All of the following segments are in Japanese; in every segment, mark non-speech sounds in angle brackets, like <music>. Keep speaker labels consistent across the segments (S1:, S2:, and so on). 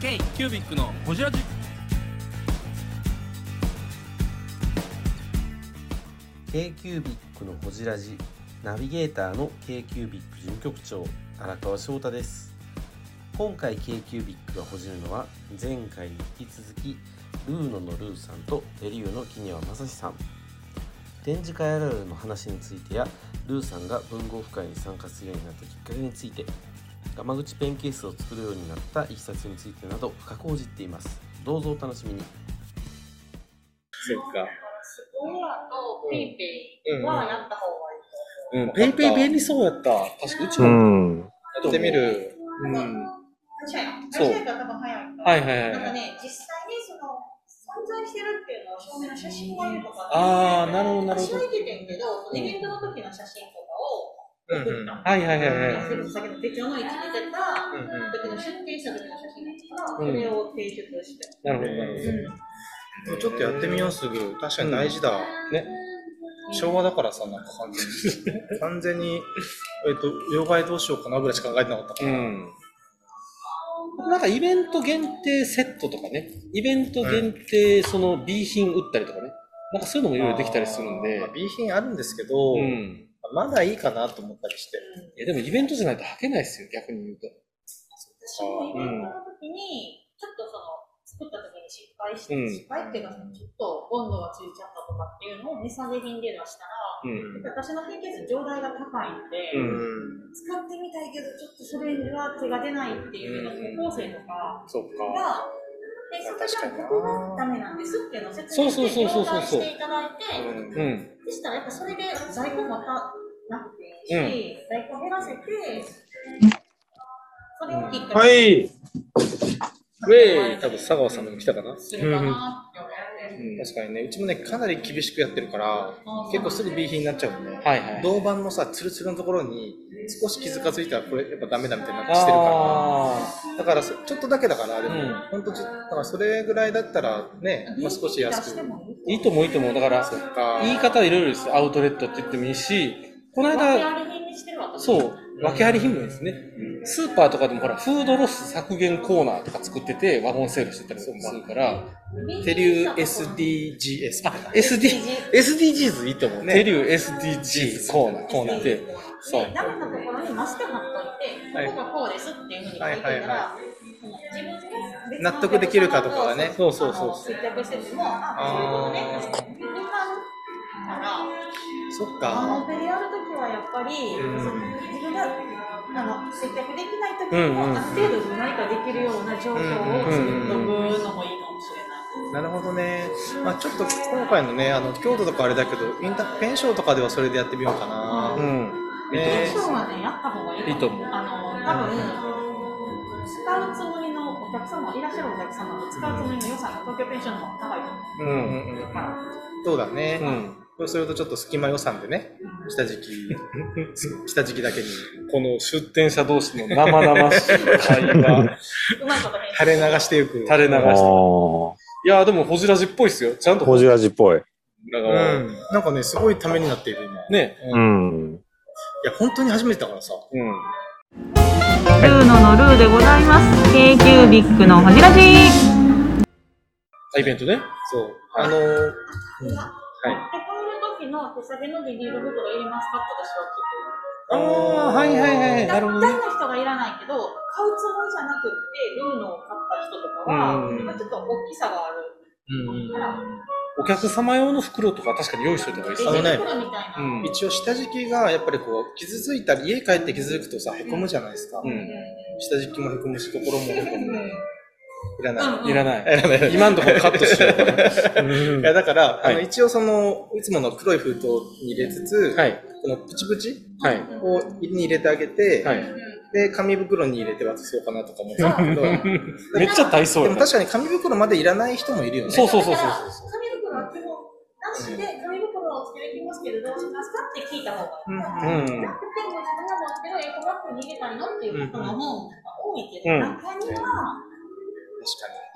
S1: K キュービックのホジラジ。
S2: k q u b i c のほじラジナビゲーターの k q u b i c 事務局長荒川翔太です今回 k q u b i c がほじるのは前回に引き続きルーノのルーさんとデリューの木庭正史さん展示会あるあるの話についてやルーさんが文豪深いに参加するようになったきっかけについてガマ口ペンケースを作るようになったいきさつについてなど深く報じっていますどうぞお楽しみにそっか
S3: オーラとペイペイはなった方がいい。
S2: うん
S4: ペイペイ便
S2: 利そうやった
S4: 確かうち
S5: う
S4: もや
S5: ん。
S4: ってみる。うん。
S3: 会社やん。
S4: そう
S3: 会社やったら多分早いから。
S4: はいはいはい
S3: なんかね、実際にその、存在してるっていうのを証明の写真がいるとか。
S4: あーなるほどなるほど
S3: 私は行けてんけど、そのイベントの時の写真とかを、
S4: うんうん。はいはいはいはい。
S3: それこそさっきの手帳の位置に出
S4: うんう
S3: た、
S4: ん。
S3: 時の出店した時の写真だった
S4: う
S3: から、
S4: ん
S3: それを提出して。
S4: なるほどなるほど。ちょっとやってみようすぐ。確かに大事だ。ね。昭和だからさ、なんか完全に。完全に、えっと、両替どうしようかなぐらいしか考えてなかったか
S5: う
S4: ら。
S5: ん。なんかイベント限定セットとかね、イベント限定その B 品売ったりとかね、なんかそういうのもいろいろできたりするん
S4: まあ
S5: で、
S4: B 品あるんですけど、
S5: うん。
S4: まだいいかなと思ったりして。
S5: いやでもイベントじゃないと履けないですよ、逆に言うと。
S3: 私もイベントの時に、ちょっとその、作った時に失敗して、
S5: うん
S3: 失敗っていうか、そのちょっと温度がついちゃったとかっていうのを値下げ品で出したら、
S5: うん。
S3: 私の変形図上代が高いんで、
S5: うん
S3: 使ってみたいけど、ちょっとそれには手が出ないっていうような高校生とか
S5: そっか。
S3: が、で、それじゃあここがダメなんですっていうのを説
S5: そ
S3: 明
S5: うそう
S3: して、
S5: そうそうそう
S3: 上代していただいて、
S5: う。
S4: うん
S3: でしたらやっぱそれで在庫またなくていいし、在庫減らせて、それをきっかけに
S5: い
S4: ウェイ、多分佐川さんも来たかな。
S3: するかなって思って。
S4: 確かにね、うちもね、かなり厳しくやってるから、結構すぐ B 品になっちゃうんで、
S5: はいはい。
S4: 銅板のさ、ツルツルのところに、少し傷がついたら、これやっぱダメだみたいな
S5: あ
S4: 感じしてるか
S5: あ
S4: ら、だからそ、ちょっとだけだから、でも、
S5: うん
S4: ほんとちょ、だからそれぐらいだったらね、まあ、少し安く。
S5: ー、いいと思ういいと思う。だから、
S4: か
S5: 言い方はいろいろです。アウトレットって言ってもいいし、この
S3: この間、
S5: 間、
S3: 訳あり品にしてるわ
S5: そう、訳あり品もいいですね。スーパーとかでもほら、フードロス削減コーナーとか作ってて、ワゴンセールしてたりとかするから、
S4: テリュー SDGS みたいな。
S5: SD、
S4: SDGs いいと思う
S5: テ
S4: ね。
S5: リュー SDG コーナー、コーナーで、そう
S3: で、ダメなところにマスク貼っといて、
S4: はい
S3: ここがこうですっていうふうに書いてた
S4: は
S3: ら、
S4: いはいは
S3: その自分が別の
S4: 納得できるかとかがね。そう
S3: そうそう接着してても、あ、そういうことね。だから、
S4: そっ
S3: あの
S4: か。
S3: ペリやるときはやっぱり、
S4: うん
S3: その自分があの接客できないとき
S5: うん
S3: も、
S5: うん
S3: ある程度何かできるような状況を作っとくのもいいかもしれな
S4: な
S3: い。
S4: るほどね。まあちょっと今回のね、あの、京都とかあれだけど、インターペンションとかではそれでやってみようかな。
S5: うん。
S3: テン
S4: ね
S3: ションはね、やった方がいい
S5: いいと思う
S3: あの、多分、使うつもりのお客様、いらっしゃるお客様と使うつもりの予算が東京ペンションの方が高いと思
S4: うんうんうん
S3: うから、
S4: そうだね。
S5: うん。
S4: そうするとちょっと隙間予算でね、下 <laughs> 敷き、下敷きだけに
S5: この出店者同士の生々しい会話、
S3: うまいこと編集
S4: 垂れ流していく。
S5: 垂れ流あしーて。 <laughs> いやーでも、ホジラジっぽいっすよ。ちゃんと。ほじラジっぽい。なん
S4: う
S5: か
S4: ん。なんかね、すごいためになっている今。い
S5: ね。うん。
S4: や、本当に初めてだからさ。
S5: うん。
S6: ルーノのルーでございます。k q u b i c のほじらじ
S5: イベントね。
S4: そう。あのー、うんはい。
S3: で、この時の手提げのビニール袋いりますかって私は
S4: ああー、はいはいはい。
S3: 聞く。大体の人がいらないけど、買うつもりじゃなくって、ルーのを買った人とかは、
S4: うん
S3: やっぱちょっと大きさがある。
S4: うん
S5: お客様用の袋とか確かに用意しといた方がいいっす
S3: レジ
S4: あのね
S3: 袋みたいな。
S5: うん。
S4: 一応下敷きがやっぱりこう傷ついたり家帰って傷つくとさへこむじゃないですか、
S5: うん。
S4: 下敷きもへこむし心もへこむいらない、
S3: うん
S5: いらない。
S4: いらない
S5: 今んところカットしようかな。
S4: <laughs>
S5: うん
S4: いやだから、
S5: はい
S4: あの一応そのいつもの黒い封筒に入れつつ、
S5: はい。
S4: このプチプチ
S5: はい。
S4: をに入れてあげて、
S5: はい。
S4: で紙袋に入れて渡そうかなとか思ってたんだけど
S5: めっちゃ大層
S4: で
S5: や
S4: も
S5: な。
S4: 確かに紙袋までいらない人もいるよね
S5: そうそうそうそう。
S3: 紙袋は基本なしで、紙袋をつけてきますけど、どうしますかって聞いた方がいい。
S5: うん。
S3: でも自分が持ってるエコバッグに入れたいのっていう人のも多いけど、
S5: うん
S3: 中には
S4: 確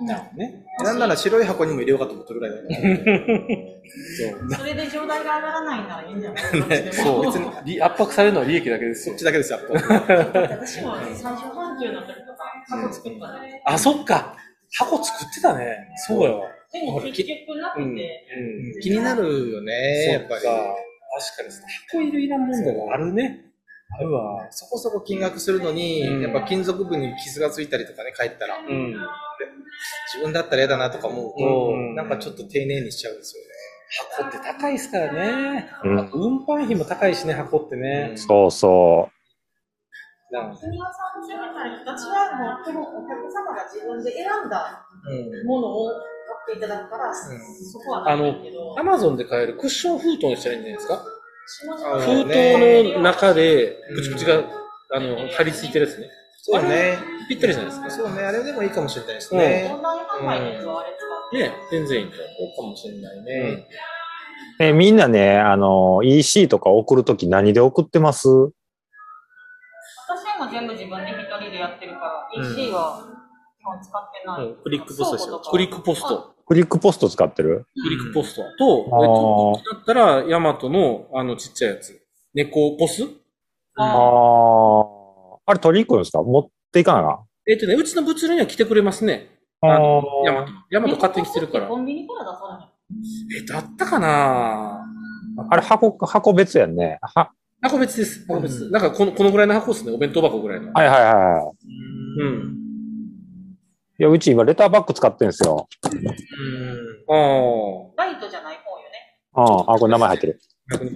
S5: なるほどね。
S4: なんなら白い箱にも入れようかと思ったぐらいだから。そう。
S3: それで状態が上がらないならいいんじゃない
S5: <laughs>
S4: ね
S5: そう、別
S3: 別に
S5: にり圧迫されるのは利益だけです
S4: そ
S5: よ
S4: っ。ちだけですよ、やっぱ
S3: 私も最初半球の時とか箱作ったので、
S5: あ、そっか。箱作ってたね。そうやわ。
S3: でも結局なくて、
S5: うん。
S4: 気になるよね、やっぱり
S5: そ。か確かに、箱入れいらんもんだよ。あるね。あるわ。
S4: そこそこ金額するのに、
S5: うん
S4: やっぱ金属部に傷がついたりとかね、帰ったら。
S5: うん。
S4: 自分だったら嫌だなとか思うと、
S5: うん
S4: なんかちょっと丁寧にしちゃうんですよね。
S5: 箱って高いですからね。
S7: うん、
S5: 運搬費も高いしね、箱ってね。
S7: そうそ
S5: なので
S3: 木村さんのせいだから私はもう、でもお客様が自分で選んだ
S4: う
S3: ものを買っていただくから、そこはないんだけど、
S5: アマゾンで買えるクッション封筒にしたらいいんじゃないですか
S3: 下
S4: あ
S5: 封
S3: 地
S5: 筒
S3: 区
S5: の中で、プチプチが、
S3: うん
S5: あの、貼り付いてるやつね。
S4: そうね。
S5: ぴったりじゃないですか。
S4: そうね。あれでもいいかもしれないですね
S3: オ。ンライン販売のやつはあれ使って、
S5: ね、全然いいと思
S4: そうかもしれないね。
S7: う。え、みんなね、あの、EC とか送るとき何で送ってます
S3: 私は今全部自分で一人でやってるから、EC は今使ってな
S5: う。
S3: い。
S5: うんクリックポストしてる
S3: 倉庫とか
S5: クリックポスト。
S7: クリックポスト使ってる
S5: クリックポストと、
S7: あー
S5: えっとだったら、ヤマトの、あの、ちっちゃいやつ。猫ポス
S7: あ
S3: あ
S7: あ。あれ取りに行くんですか持っていかなあかん
S5: えっ、とね、うちの物流には来てくれますね。あのヤマト。ヤマト勝手に来てるから
S3: コ。ンビニから出さない。
S5: え、だったかな
S7: あれ箱、箱別やんね。は、
S5: 箱別です。箱別。
S4: うん
S5: なんかこの、このぐらいの箱ですね。お弁当箱ぐらいの。
S7: はいはいはいは
S5: う
S4: うんん。
S7: い。いや、うち今レターバッグ使ってるんですよ。
S5: ああ。
S3: ライトじゃない方よね。
S7: うん。あ、これ名前入ってる。
S5: 120円。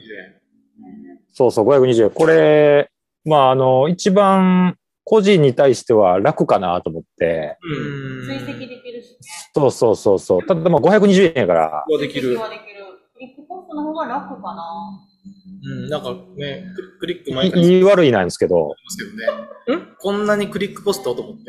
S7: そうそう、520円。これ、まあ、あの、一番個人に対しては楽かなと思って。
S5: うん。
S3: 追跡できるし、
S7: そうそうそうそう。ただまあ520円やから。
S5: はでき
S3: 追
S5: る
S3: 跡。はできる。クリックポストの方が楽かな。
S4: うん。なんかね、クリック
S7: い
S4: 毎回して
S7: 言い悪いないんですけど。
S4: ますけどね。んこんなにクリックポストと思って。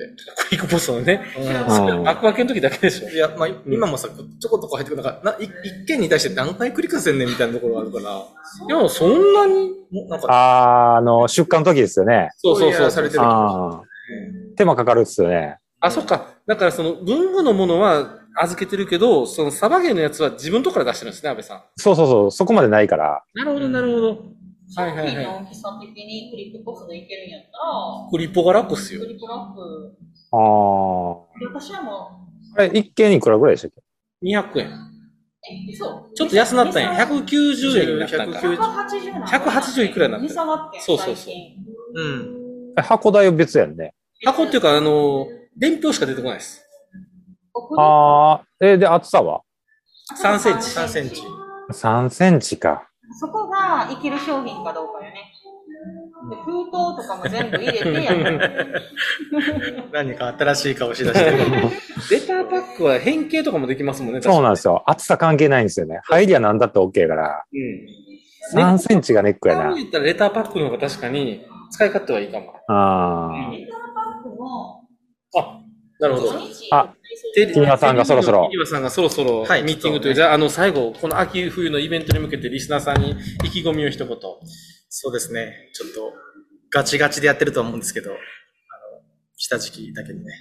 S5: クリックポストのね。
S7: うん
S5: 幕開けの時だけでしょ。
S4: いや、まあ、今もさ、ちょこちょこ入ってくる。なんか、な一一件に対して何回クリックせんねんみたいなところがあるから、
S5: でもそんなに
S4: もうなんか、
S7: あーあの、出荷の時ですよね。
S5: そうそう
S4: そうい
S5: そう
S4: やされてる
S7: あー手間かかるっすよね。
S5: あ、そっか。だからその文具のものは預けてるけど、そのサバゲーのやつは自分とこから出してるんですね、安倍さん。
S7: そうそうそう、そこまでないから。
S5: なるほど、なるほど。はいはい
S3: 商品の
S5: はい。
S3: 大きさ的にクリックポストでいけるんやったら、
S5: クリポが楽っすよ
S3: ク。リックラップ。
S7: ああ。
S3: で私はもう、
S7: あれ、一軒いくらぐらいでしたっけ
S5: 200円。
S3: え、そう。
S5: ちょっと安なったんや。
S3: 180
S5: 190円になったんか。
S3: 180なんだ
S5: 180いくらになった
S3: 値下がってん
S5: そうそうそう
S3: 最近
S4: うん。
S7: あれ箱代は別やんね。
S5: 箱っていうか、あの、伝票しか出てこないです。
S3: 送り
S7: ああ。え、で、厚さは
S5: 3センチ
S4: 3センチ。
S7: ?3 センチか。
S3: そこがいける商品かどうかよね。で封筒とかも全部入れてやる。
S4: 何か新しい顔しだして
S7: <laughs>
S4: る。
S5: レターパックは変形とかもできますもんね、
S7: そうなんです
S5: よ。
S7: よ。厚さ関係ないんですよね。入りは何だって OK やから。
S5: うん。
S7: 3センチがネックや
S5: やったらレターパックの方が確かに使い勝手はいいかも。
S7: な。うん。
S3: レターパックも
S5: あ、なるほど
S3: 土。日
S7: あ木村さんがそろそろ
S5: 木村さんがそろそろミ
S4: はい
S5: ーティングという、
S4: ちょっとね
S5: じゃあ、あの、最後、この秋冬のイベントに向けてリスナーさんに意気込みを一言。
S4: そうですね。ちょっと、ガチガチでやってるとは思うんですけど、あの、下敷きだけにね。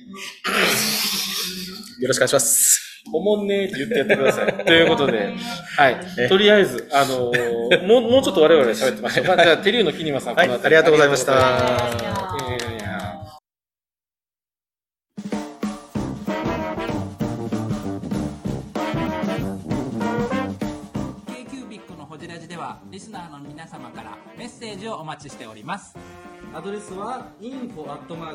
S4: よろしくお願いします。
S5: おもんねーって言ってやってくださ <laughs> い。ということで、はい。
S4: え
S5: とりあえず、あの <laughs> ーもう、もうちょっと我々喋って <laughs> ましょうか。じゃあ、テリューのキニマさん、
S4: はい
S5: この後
S4: ありがとうございました
S5: ありがとうございましたいやいやいや
S8: ー k q b i c のホジラジではリスナーの皆様からメッセージをお待ちしておりますアドレスは info.kcubic3.com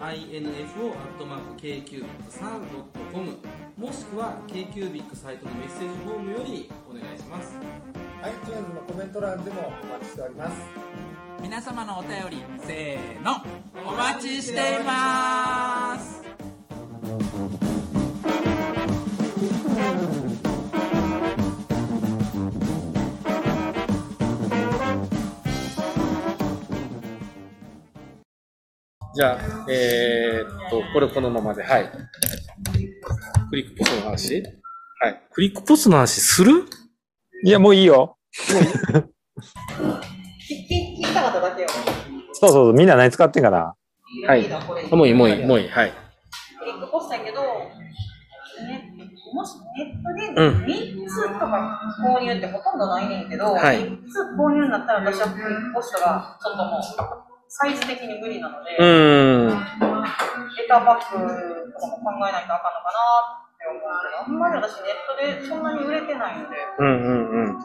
S8: info.kcubic3.com もしくは KQBIC サイトのメッセージフォームよりお願いします
S9: iTunes のコメント欄でもお待ちしております
S8: 皆様のお便りせーのお待ちしています
S5: じゃあ、えーっと、これこのままで、はい。クリックポストの話はい。クリックポストの話する
S7: いや、もういいよ。
S3: 聞き聞いたかっただけよ。
S7: そうそうそう、みんな何使ってんかな。
S5: はい
S3: だこれ
S5: もういい、もういい、もういい、はい。
S3: と残したけど、ね、もしネッ
S5: う
S3: ト
S5: ん
S3: で3つとか購入ってほとんどないねんけど、
S5: はい
S3: 3つ購入になったら私はポストがちょっともう、サイズ的に無理なので、
S5: うーん。
S3: レターバッグとかも考えないとあかんのかなって思うけど、あんまり私ネットでそんなに売れてないので、
S5: うんうんうん。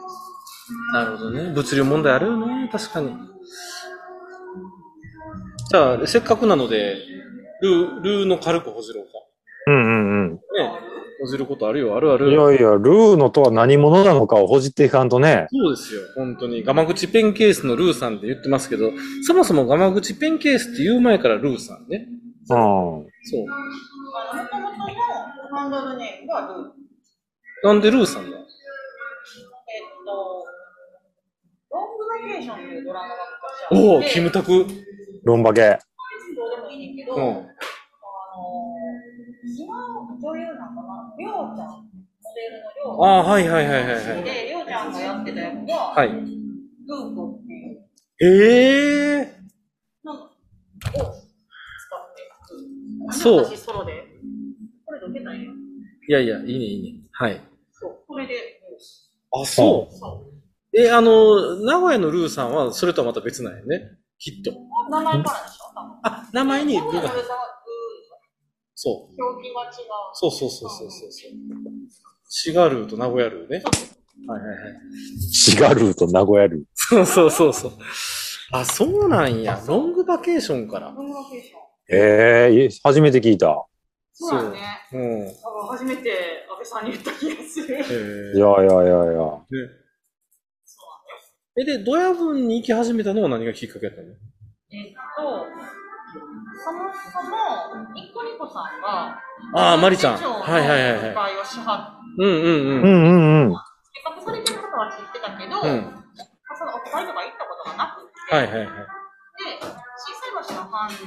S5: なるほどね。物流問題あるよね。確かに。じゃあ、せっかくなので、ルー、ルーの軽くほじろうか。
S7: うんうんうん。
S5: ね。ほじることあるよ。あるあ
S7: い
S5: る。
S7: やいや、ルーノとは何者なのかをほじっていかんとね。
S5: そうですよ。本当に。ガマ口ペンケースのルーさんって言ってますけど、そもそもガマ口ペンケースって言う前からルーさんね。
S7: うん。
S5: そう。
S3: あの、もともとのハンドルネームがルー。
S5: なんでルーさんだ
S3: えっと、ロングバケーションというドラマが昔あって、
S5: おお、キムタク。
S7: ロンバケ。
S3: どうでもいいねんけど、
S5: う
S3: あ
S5: ん
S3: の、今の女優なんかな、りょうちゃん、モデルのりょう
S5: ああ、はいはいはいはいはい。
S3: で、りょうちゃんがやってた役が、
S5: はい。
S3: ルーコっていう
S5: ええ
S3: のを使って、
S5: そう
S3: 私ソロで。これどけないよ。
S5: いやいや、いいねいいね。はい。
S3: そう、これで、
S5: あ、そう
S3: そ
S5: え、あの、名古屋のルーさんは、それとはまた別なんやね。きっと。
S3: う。名前からでしょ多分
S5: あ、名前に
S3: 名
S5: ル
S3: 古
S5: ーが
S3: 屋の。ルーさんは
S5: そう。
S3: ルー、表記待ちが、
S5: そうそうそうそうそうそう。シガルーと名古屋ルーね。はいはいはい。
S7: シガルーと名古屋ルー。
S5: そうそうそうそう。あ、そうなんや。ロングバケーションから。
S3: ロングバケーション。
S7: ええ初めて聞いた。
S3: そうだね。
S5: うん。へ
S3: 多分初めて安倍さんに言った気がする。
S7: い
S5: え。
S7: やいやいやいや。
S5: え、で、ドヤ分に行き始めたのは何がきっかけだったの
S3: えっと、そもそも、ニッコニコさんが、
S5: ああ、マリちゃん。
S3: 店長の
S5: はいはいはいはい。
S3: 会をしはっ
S5: うんうんうん。
S7: うんうんうん。
S3: て、隠されてることは知ってたけど、
S5: うん。
S3: そのお二人とか行ったことがなくて、
S5: はいはいはい。
S3: で、震災橋のハンズで、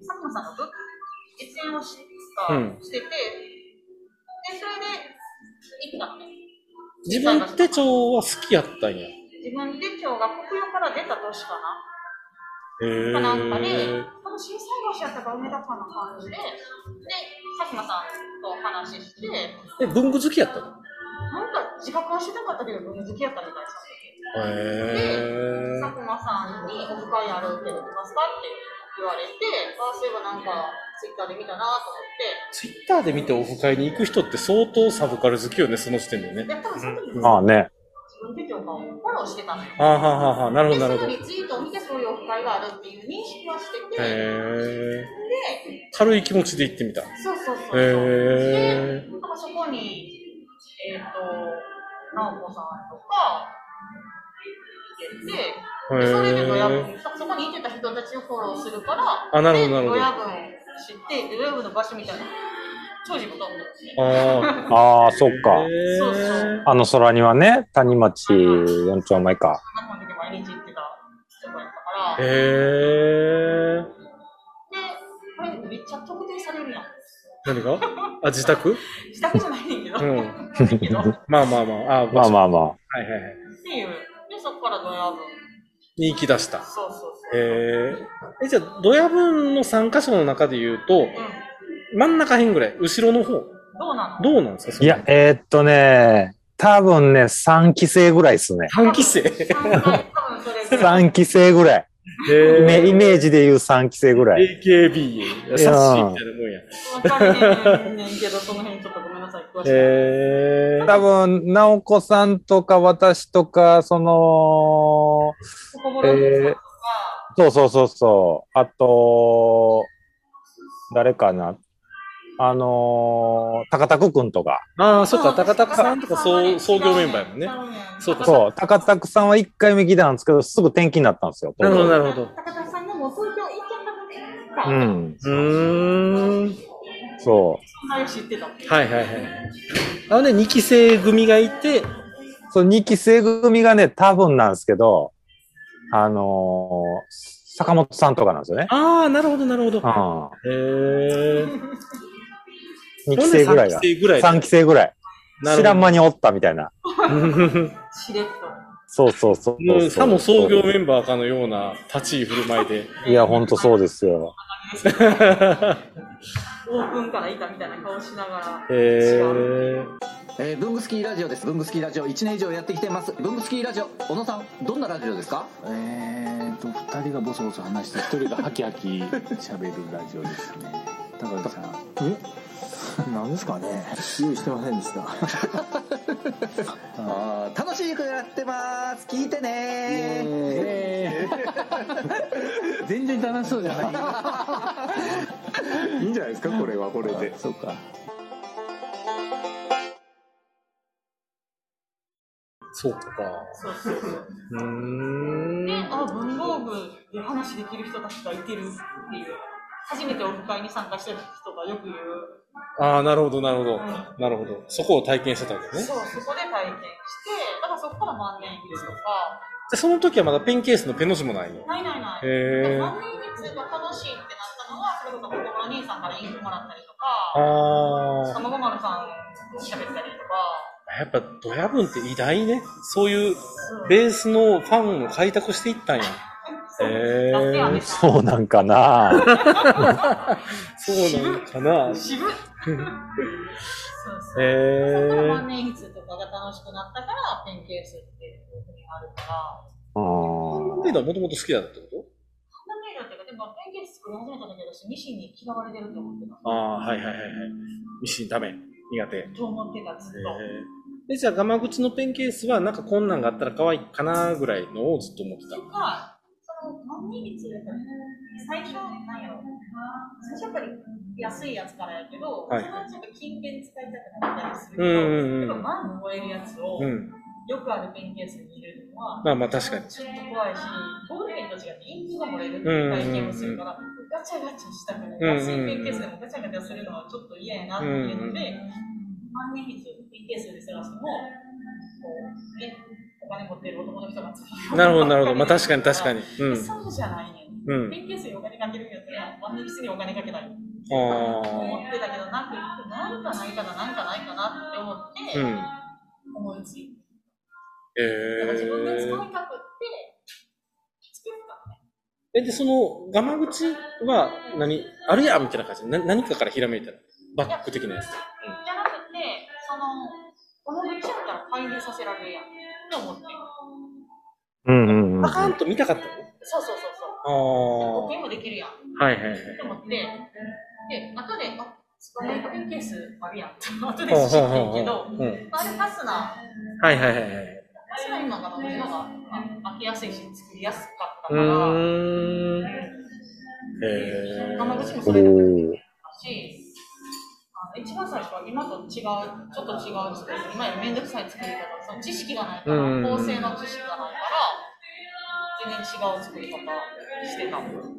S3: 佐久間さんのぶ出演をしてた、
S5: うん
S3: してて、で、それで、行ったのね。
S5: 自分手帳は好きやったんや。へ
S3: 自分で今日が国用から出た年かな。
S5: え
S3: かなんかで、この震災橋やったか梅田かの感じで、で、佐久間さんとお話しして、
S5: え、文具好きやったの
S3: なんか自覚はしてなかったけど、文好きやったみたいです。
S5: へ
S3: 佐久間さんにオフ会やるってできますかって言われて、ああ、そういえばなんか、ツイッターで見たなと思っ
S5: ツイッターで見てオフ会に行く人って相当サブカル好きよね、その時点で
S3: て、
S5: ね。
S3: で、多分その時に
S7: まあね。
S3: 自分で今日がフォローしてたのよ。
S5: あーはーはーはーなるほ
S3: で、
S5: どな
S3: そ
S5: るほ
S3: の
S5: ど。へ
S3: リツイートを見て、そういうオフ会があるっていう認識はしてて、
S5: え。
S3: で、
S5: 軽い気持ちで行ってみた。へ
S3: そうそうそうそう。
S5: え。
S3: なんかそこに、えっ、と、直子さんとか、行ってて、でそれでドヤ
S5: へえ。
S3: 分、そそこに行ってた人たちをフォローするから、
S5: あなるほどなるほど
S3: でドヤ分知って、ドヤ分の場所みたいな、長寿も取ったんですね。
S5: あ
S7: ああ、そっ
S5: あ。
S7: か。
S5: へ
S3: そう
S5: え
S3: そ。
S7: あの空にはね、谷町4丁前か。
S3: 学校の時毎日行ってた人がいたから、で、
S5: へえ。
S3: これめっちゃ特定されるやん。
S5: 何があ、自宅
S3: 自宅じゃないねんけど、
S5: う
S3: <laughs>
S5: ん
S3: ないけど、っ
S5: まあまあまあ。あ
S7: まあ
S5: あ。
S7: まあま
S5: はいはいはい。
S3: ていう。で、そこからドヤ分、
S5: に行き出した。
S3: そうそうそう。
S5: へえ。え、じゃあ、ドヤ分の3箇所の中で言うと、
S3: うん、
S5: 真ん中辺ぐらい、後ろの方。
S3: どうなの
S5: どうなんですかそ
S7: あ。
S5: れ
S7: いや、えーっとね、多分ね、3期生ぐらいっすね。
S5: 半期生
S3: 三回多分それぐらい
S7: 3期生ぐらい。イメイメージで言う3期生ぐらい。
S5: AKB、サッシーみたいなもんや。
S3: わかるねんけど、その辺ちょっとごめんなさい、詳しく。
S5: へー
S7: 多分、直子さんとか私とか、その、
S3: ここぼろさんとか、
S7: そうそうそうそう。あと、誰かな。あのー、高田くんとか。
S5: ああ、そっか、高田さんとかそう創業メンバーやもんね。そうか
S7: そう。高田くさんは1回目来たんですけど、すぐ転勤になったんですよ。
S5: なるほど、なるほど。
S3: 高田さんがもう東京行っちゃった
S7: う
S3: のね。
S7: ん。
S5: うーん。
S7: そう。
S3: そんなよ知ってたもん。
S5: はいはいはい。あのね、2期生組がいて、
S7: そう、2期生組がね、多分なんですけど、あのー坂本さんとかなんですよね。
S5: ああ、なるほど、なるほど。
S7: う
S5: へ
S7: ん。
S5: え。
S7: 2期生ぐらいが
S5: 3。期生ぐらいだ。
S7: 3期生ぐらい。
S5: なるほど
S7: 知らん間におったみたいな。
S5: うん
S3: しれっと。
S7: そうそうそうそう。 <laughs>
S5: さも創業メンバーかのような立ち居振る舞いで。
S7: いや、ほんとそうですよ。
S3: オープンからいたみたいな顔しながら。
S7: え
S10: えー、ブングスキーラジオです。ブングスキーラジオ1年以上やってきてます。ブングスキーラジオ、小野さん、どんなラジオですかえーと、2人がボソボソ話して、1人がハキハキ喋るラジオですね。高橋さん。えなんですかね用意してませんで <laughs> した。あー楽しくやってます。聞いてね全然楽しそうじゃない。いいんじゃないですか、これはこれで。そうか。
S5: そうか。
S3: そうそうそう。
S5: うーん。
S3: で、あ、文房具で話できる人たちがいてるっていう。初めてオフ会に参加してた人がよく言う。
S5: ああ、なるほど、なるほど。
S3: うん
S5: なるほど。そこを体験してたわけですね。じ
S3: そう、そこで体験して、だからそこから万年筆とか、
S5: ゃあその時はまだペンケースのペンの字もないの。
S3: ないないな
S5: へ
S3: い。
S5: ー
S3: 万年筆が楽しいってなったのは、それこそ心の兄さんからインフもらったりとか、
S5: あ
S3: たまごまるさんに喋ったりとか、
S5: あ。やっぱ、ドヤ文って偉大ね。そういう、
S3: そう
S5: ベースのファンを開拓していったんや。へ
S3: ラッセアメ
S5: ー。
S3: さん。
S7: <laughs> そうなんか <laughs> な
S5: そうなのかな。
S3: 渋っそうそう。そこか
S5: へ
S3: ら万年筆とかが楽しくなったから、ペンケースっていうふうにあるから、
S7: うん
S5: ー。ペンはもともと好きだったってこ
S3: ハンドメイドっていうか、でもペンケース作り始めた時だし、ミシンに嫌われてると思ってた。
S5: とああ、はいはいはいはい。ミシンダメ。苦手。
S3: と思ってた、ずっと。
S5: で、じゃあ、ガマ口のペンケースは、なんかこんなんがあったら可愛いかなぐらいのをずっと思ってた。
S3: とか、その、万年筆だから、最初、なんやろ、最初やっぱり安いやつからやけど、
S5: はい
S3: そのうちやっぱ金券使いたくなったりするけ
S5: うんうんうん
S3: ど、やっぱ万の超えるやつを、
S5: うん。
S3: よくあるペンケースに入れるのは、
S5: まあまあ確かに。
S3: ちょっと怖いし、ボールペンと違ってインクが漏れるっていう体験をするから、ガチャガチャしたくない。安いペンケースでもガチャガチャするのはちょっと嫌やなっていうので、万年筆をペンケースで探すのも、こう、ね、お金持ってる男の人が使う
S5: なるほど、なるほど。まあ確かに確か
S3: に。
S5: に。うん。
S3: そうじゃないねん。
S5: うん。
S3: ペンケースにお金かけるんやったら、万年筆にお金かけない。
S5: あ
S3: 思ってたけど、なんか、なんかないかな、なんかないかなって思っ
S5: う
S3: て、
S5: ん
S3: 思いついた。
S5: あ。へ
S3: だから自分で使い
S5: え
S3: たくって、作ったのね。
S5: え、で、その、ガマ口は何、あるやみたいな感じで、な何かからひらめいたのバック的なやつ。
S3: じゃなくて、その、この歴史だったら改善させられるやんって思って。
S7: うんうんうん
S5: パカーンと見たかったのね
S3: そうそうそう
S5: あ
S3: そう。保
S5: あ。
S3: 険もできるやんっ
S5: はいはいはい。
S3: て思って、で、後で、あ、スパイクケースあるやん <laughs> って、後で
S5: ほう
S3: 知
S5: ほう
S3: ってん
S5: ほ
S3: け
S5: う
S3: ど
S5: ほう。、うん。
S3: あれファスナー、
S5: はいはいはいはい。
S3: ファスナー今がののがあ開けやすいし、作りやすかった
S5: う
S3: から、
S5: ーん。へえ。
S3: 生口も
S7: お
S3: それでも
S7: ー
S3: し、あの一番最初は今と違う、ちょっと違う作り、今よりめんどくさい作り方、その知識がないから、
S5: うん
S3: 構成の知識がないから、全然違う作り方してたもん。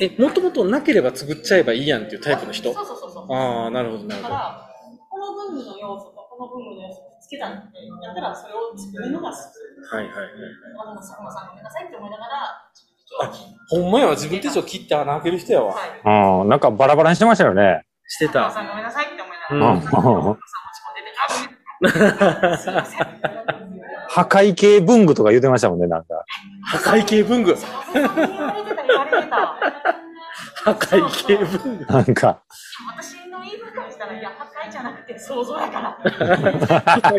S5: え、もともとなければ作っちゃえばいいやんっていうタイプの人
S3: そうそうそうそう。
S5: ああ、なるほど、な
S3: だ
S5: るほ
S3: か
S5: ど。
S3: ら、この文具の要素とこの文具の要素をつけたんで、やったらそれを作るのが好き。
S5: はいはいはい。
S3: あの、佐久間さんごめんなさいって思いながら、ちょっと
S5: ほんまやわ、自分手帳切って穴開ける人やわ。
S3: はい。
S7: うん、なんかバラバラにしてましたよね。
S5: して
S3: 佐
S5: た。
S3: 久間さんごめんなさいって思い
S7: うん
S3: ながら、佐久間さん
S7: う
S3: 持
S7: ん
S3: ち込んでて、あ、ごめんなさい。すいません。
S7: 破壊系文具とか言ってましたもんね、なんか。
S5: 破壊系文具。
S3: 言われてた、言われてた。
S5: 破壊系文具。
S7: なんか、
S3: 私の言い分からしたら、いや、破壊じゃなくて想像だから。
S5: 破壊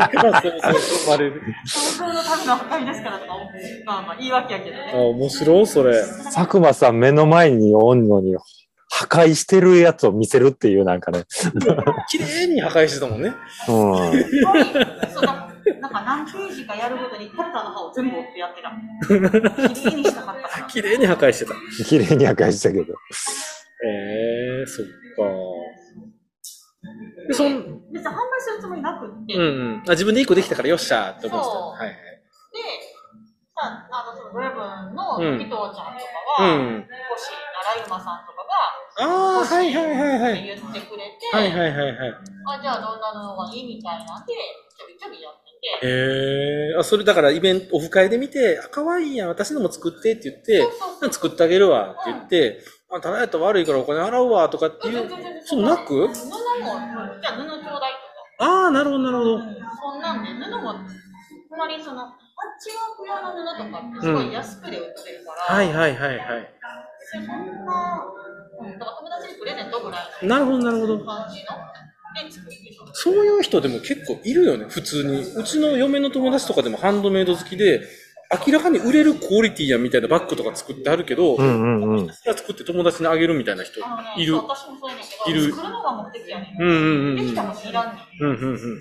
S5: からそうそう生まれる。
S3: 想像のための破壊ですからとか思うまあまあ、言い訳やけど
S5: あ、
S3: ね。
S5: 面白い、それ。
S7: 佐久間さん目の前におんのに、破壊してるやつを見せるっていうなんかね。
S5: 綺麗に破壊してたもんね。
S7: <laughs> うん。
S3: そうだなんか何ページかやるごとにカルタの歯を全部折ってやってた。きれいにしたかったから。
S5: 綺麗に破壊してた。へ
S7: 綺麗に破壊したけど。
S5: えー、そっか。で、そん、
S3: 別に販売するつもりなくって、
S5: うん
S3: で、
S5: うん。あ、自分で一個できたからよっしゃーって思ってた。
S3: そう
S5: はい
S3: さあの、そのドラブンの
S5: うん
S3: 伊藤ちゃんとか
S5: はい。う
S3: は、
S5: ん。
S3: 星習馬さんとかが、
S5: ああ、はいはいはいは
S3: っ
S5: い
S3: て。言ってくれて、
S5: はいはいはいはい。
S3: あ、じゃあどんなのがいいみたいなんで、ちょびちょびやってて、
S5: へえあ、それだからイベント、オフ会で見て、あ、可愛いやん、私のも作ってって言って、作ってあげるわって言って、あ、ただやったら悪いからお金払うわとかっていう、そうなく
S3: 布も、じゃあ布ちょうだいとか、
S5: ああ、なるほどなるほど。
S3: そんなんで、布も、つまりその、パッチワーク用の布とかってすごい安くで売ってるから、
S5: はいはいはいはい。
S3: そんな、うん、どぐらい
S5: なるほどなるほど
S3: 感じので作っていく
S5: そういう人でも結構いるよね、普通に。うちの嫁の友達とかでもハンドメイド好きで、明らかに売れるクオリティやみたいなバッグとか作ってあるけど、
S7: うんうんうん。
S5: 作って友達にあげるみたいな人
S3: あのね
S5: いる。
S3: そう私もそういうの
S5: いる
S3: 作るのが目的やねん
S5: うんうんうんうん
S3: できたの知らんねん
S5: うんうんうんうん。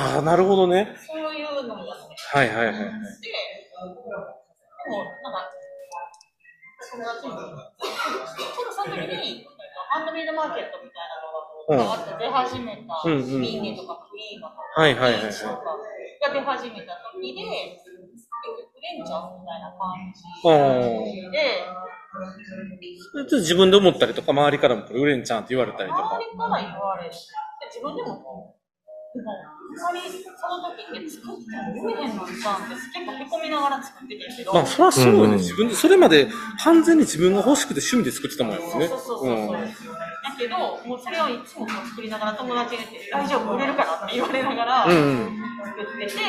S5: ああ、なるほどね。
S3: そういうのもやって
S5: はいはいはい。
S3: で、僕らも、でも、なんか、友達に、ちょっとその時に、ハンドメイドマーケットみたいなのがこう、変わって出始めた、
S5: うんうん
S3: ミーネとかクリーンとか、
S5: はいはいはいはい
S3: リーチとかが出始めた時で、フレンチャーみたいな感じ
S5: うん。
S3: で、
S5: それちょっと自分で思ったりとか、周りからもこれ売れんちゃんって言われたりとか。
S3: 周りから言われる。自分でも、でも、あんまりその時って作っても見えへんのにさ、って結構へこみながら作っててんけど。
S5: まあ、そりゃそうよ
S3: ん
S5: ね。自分で、それまで完全に自分が欲しくて趣味で作ってたもんやもんね。
S3: そうそうそうそう。だけど、もうそれをいつも作りながら友達に言って、大丈夫、売れるかなって言われながら
S5: う
S3: 作
S5: んうん
S3: ってて、で、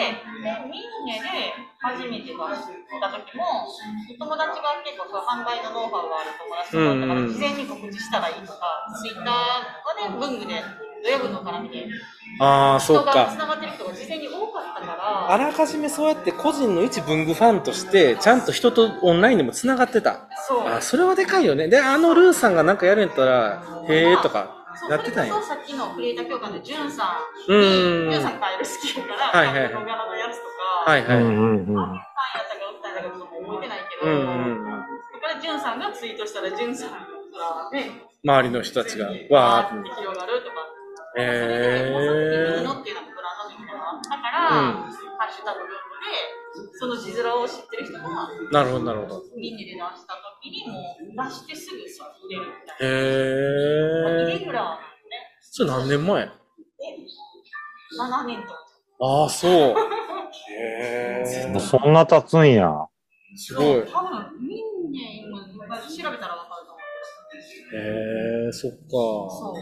S3: ミンネで初めて出した時も、友達が結構そう販売のノウハウがある友達とかだか
S5: うんうん
S3: ら事前に告知したらいいとか、ツイッターがね、文具で、土曜日の絡みで、
S5: ああ、そう
S3: 人が
S5: か
S3: つ。ながってる人が事前に多かったから、
S5: あらかじめそうやって個人の一文具ファンとして、ちゃんと人とオンラインでも繋がってた。
S3: そう。
S5: あ、それはでかいよね。で、あのルーさんがなんかやるんやったら、へえとか、なってたんや
S3: そう。さっきのクリエイター協会のジュンさん
S5: う
S3: に、
S5: ん
S3: ジュンさんカエル好きやから、
S5: はいはいはい
S3: カエルの柄のやつとか、
S5: はいはい。
S7: うんうんうん。
S3: ファンやったかおったんやったかちょっと覚えてない
S5: う
S3: けど、
S5: んうんうん
S3: そこでジュンさんがツイートしたら、ジュンさんが、ね、
S5: 周りの人たちが、わ
S3: わー
S5: ー
S3: っ
S5: って
S3: て。広がるとか。
S5: へえ
S3: ブルーノっていうのがブランド名かな。だから、
S5: うん
S3: ハッシュタグブルーノで、その字面を知ってる人が、
S5: なるほどなるほど。
S3: ミニで出した時にもう出してすぐそこ入れるみたいな。
S5: へ
S3: イレ
S5: え
S3: ギュラー
S5: それ何年前
S3: 7年とか。
S5: ああ、そう。
S7: もうそんな経つんや。
S5: すごい。へ
S3: 多分、ミンネ今、昔調べたらわかると思う。
S5: えそっか。
S3: そう。